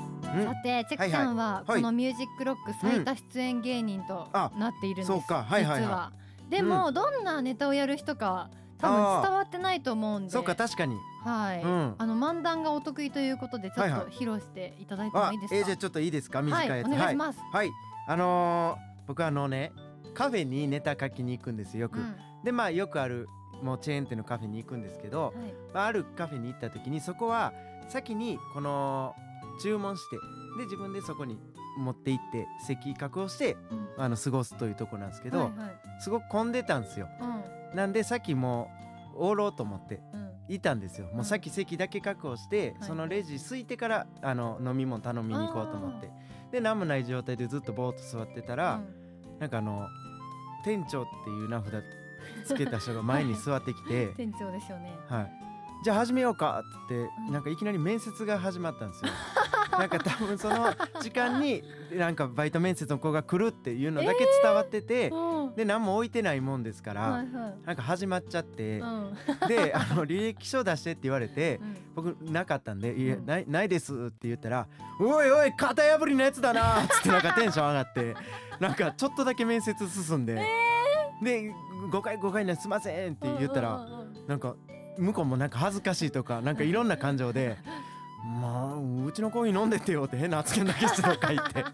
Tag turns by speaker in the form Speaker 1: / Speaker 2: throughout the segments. Speaker 1: てチェク
Speaker 2: はいはい
Speaker 1: さんは
Speaker 2: は
Speaker 1: こ
Speaker 2: い
Speaker 1: の「ミュージックロック」最多出演芸人と
Speaker 2: あ
Speaker 1: なっているんです、
Speaker 2: そうかはいはい
Speaker 1: 実
Speaker 2: は
Speaker 1: は。でも、どんなネタをやる人か多
Speaker 2: あ
Speaker 1: 分
Speaker 2: ー
Speaker 1: 伝わってないと思うんで
Speaker 2: そうか確かに
Speaker 1: はい、
Speaker 2: うん
Speaker 1: あの漫談がお得意ということでちょ
Speaker 2: は
Speaker 1: っ
Speaker 2: い
Speaker 1: と
Speaker 2: はい
Speaker 1: 披露していただいても
Speaker 2: あ
Speaker 1: いいですか、
Speaker 2: えー、じゃあちょっといいですか短いやつ
Speaker 1: はいお願いします、
Speaker 2: はい、あのー僕あのねカフェにネタ書きに行くんですよく、
Speaker 1: うん
Speaker 2: でまあよくあるもうチェーン店のカフェに行くんですけど、
Speaker 1: はい
Speaker 2: まあ、あるカフェに行った時にそこは先にこの注文してで自分でそこに持って行って席確保して
Speaker 1: うん
Speaker 2: あの過ごすというとこなんですけど、
Speaker 1: はいはい
Speaker 2: すごく混んでたんですよなんでさっきもうおろうと思って
Speaker 1: うんうん
Speaker 2: いたんですよもうさっき席だけ確保し
Speaker 1: は
Speaker 2: て、
Speaker 1: い
Speaker 2: そのレジ空いてからあの飲み物頼みに行こうと思ってで何もない状態でずっとぼーっと座ってたら、
Speaker 1: うん
Speaker 2: なんかあの店長っていう名札つけた人が前に座ってき て
Speaker 1: 店長ですよね
Speaker 2: はい、じゃあ始めようかって言って、
Speaker 1: うん
Speaker 2: なんかいきなり面接が始まったん ですよ。なんか多分その時間になんかバイト面接の子が来るっていうのだけ伝わってて、
Speaker 1: うん
Speaker 2: で何も置いてないもんですから、
Speaker 1: はいはい
Speaker 2: なんか始まっちゃって、
Speaker 1: うん
Speaker 2: であの履歴書出してって言われて。
Speaker 1: うん
Speaker 2: 僕なかったんで「いや
Speaker 1: うん
Speaker 2: ないないです」って言ったら「おいおい型破りのやつだな」っつってなんかテンション上がって なんかちょっとだけ面接進んで、で「誤解誤解なんですすいません」って言ったら
Speaker 1: うんうんうん
Speaker 2: なんか向こうもなんか恥ずかしいとかなんかいろんな感情で「まあうちのコーヒー飲んでってよ」って変な発言だけしてとか 言って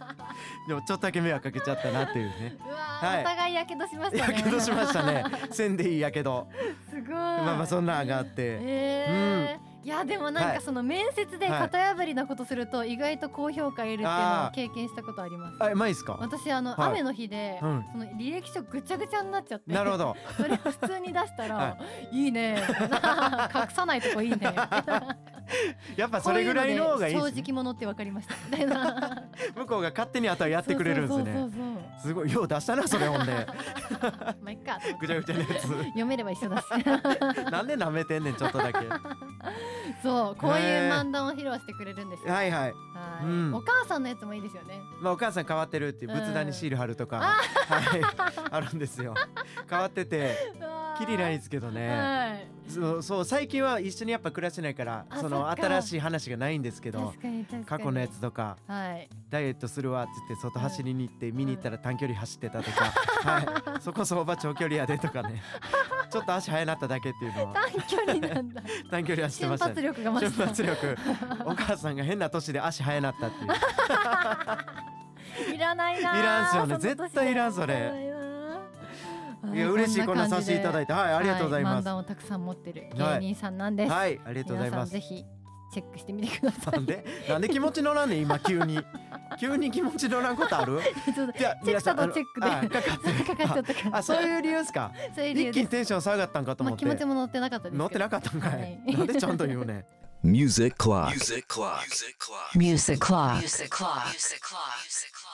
Speaker 2: でもちょっとだけ迷惑かけちゃったなっていうね
Speaker 1: うわー、
Speaker 2: はい
Speaker 1: お互いやけどしました
Speaker 2: や
Speaker 1: ね
Speaker 2: けどしましたねせんでいいやけど
Speaker 1: すごい
Speaker 2: まあまあそんなんがあって
Speaker 1: えーいやでもなん
Speaker 2: は
Speaker 1: か
Speaker 2: い
Speaker 1: その面接で型破りなことすると意外と高評価得るっていうのを経験したことあります
Speaker 2: あうまいっすか
Speaker 1: 私あの
Speaker 2: はい
Speaker 1: 雨の日で
Speaker 2: うん
Speaker 1: その履歴書ぐちゃぐちゃになっちゃって
Speaker 2: なるほど
Speaker 1: それを普通に出したら
Speaker 2: はい
Speaker 1: いね 隠さないとこいいね
Speaker 2: やっぱ それぐらいの方がいい
Speaker 1: こ
Speaker 2: っ
Speaker 1: ううの
Speaker 2: す
Speaker 1: で正
Speaker 2: ね
Speaker 1: 直者ってわかりましたみたい な
Speaker 2: 向こうが勝手にあとはやってくれるんです
Speaker 1: そ
Speaker 2: ね
Speaker 1: うそうそう
Speaker 2: すごいよう出したなそれほ んで
Speaker 1: そうまあいっかと思って
Speaker 2: ぐちゃぐちゃのやつ
Speaker 1: 読めれば一緒だし
Speaker 2: なんで舐めてんねんちょっとだけは
Speaker 1: そうこういう
Speaker 2: ねえ
Speaker 1: 漫談を披露してくれるんですよ
Speaker 2: いはい
Speaker 1: はい、
Speaker 2: うん
Speaker 1: お母さんのやつもいいですよね
Speaker 2: まあ、お母さん変わってるっていう仏壇にシール貼るとか、はい、あるんですよ変わってて きりない
Speaker 1: い
Speaker 2: ですけどね
Speaker 1: はい
Speaker 2: そうそう最近は一緒にやっぱ暮らしてないから
Speaker 1: あ
Speaker 2: そ
Speaker 1: そ
Speaker 2: の
Speaker 1: っか
Speaker 2: 新しい話がないんですけど
Speaker 1: 確かに確かに
Speaker 2: 過去のやつとか
Speaker 1: はい
Speaker 2: ダイエットするわっつって外走りに行って見に行ったら短距離走ってた とか、はい、そこそば長距離やでとかねちょっと足速なっただけっていうのは
Speaker 1: 短距離なんだ
Speaker 2: 短距離走って
Speaker 1: 瞬
Speaker 2: ました
Speaker 1: 発
Speaker 2: ね
Speaker 1: 力が増
Speaker 2: 瞬
Speaker 1: し
Speaker 2: 発力お母さんが変な年で足速なったっていう
Speaker 1: たいらないなー
Speaker 2: いらんす
Speaker 1: その
Speaker 2: よね
Speaker 1: 年で
Speaker 2: 絶対いらんそれ
Speaker 1: いらないなー
Speaker 2: い や嬉しいこんな
Speaker 1: 感
Speaker 2: さ
Speaker 1: じ
Speaker 2: せていただ
Speaker 1: で
Speaker 2: いてはいありがとうござい
Speaker 1: は
Speaker 2: ま
Speaker 1: 漫
Speaker 2: す
Speaker 1: 談をたくさん持ってる
Speaker 2: は
Speaker 1: 芸
Speaker 2: い
Speaker 1: 人さんなんです、
Speaker 2: はい、ありがとうござ
Speaker 1: 皆
Speaker 2: い
Speaker 1: さ
Speaker 2: ま
Speaker 1: ん
Speaker 2: す
Speaker 1: ぜ。ひチェックしてみてください
Speaker 2: なんで、なんで気持ち乗らんねん、今急 に。急に気持ち乗らんことある。
Speaker 1: ちょっと
Speaker 2: じゃあ
Speaker 1: チェックした
Speaker 2: あ
Speaker 1: と
Speaker 2: の
Speaker 1: チェックで
Speaker 2: あかかって
Speaker 1: か
Speaker 2: る
Speaker 1: かっちゃったから
Speaker 2: あ、そういう理由ですか。
Speaker 1: そういう理由
Speaker 2: 一
Speaker 1: で
Speaker 2: 気
Speaker 1: す
Speaker 2: にテンション下がったんかと
Speaker 1: ま
Speaker 2: 思
Speaker 1: あ
Speaker 2: っ
Speaker 1: 気
Speaker 2: て。
Speaker 1: 持ちも乗ってなかったですけど
Speaker 2: 乗ってなかったんか。
Speaker 1: はいい
Speaker 2: なんでちゃんと言うねん。
Speaker 3: Music clock.
Speaker 4: Music clock.
Speaker 5: Music
Speaker 4: Music clock.
Speaker 5: clock.
Speaker 4: Music clock. Music clock.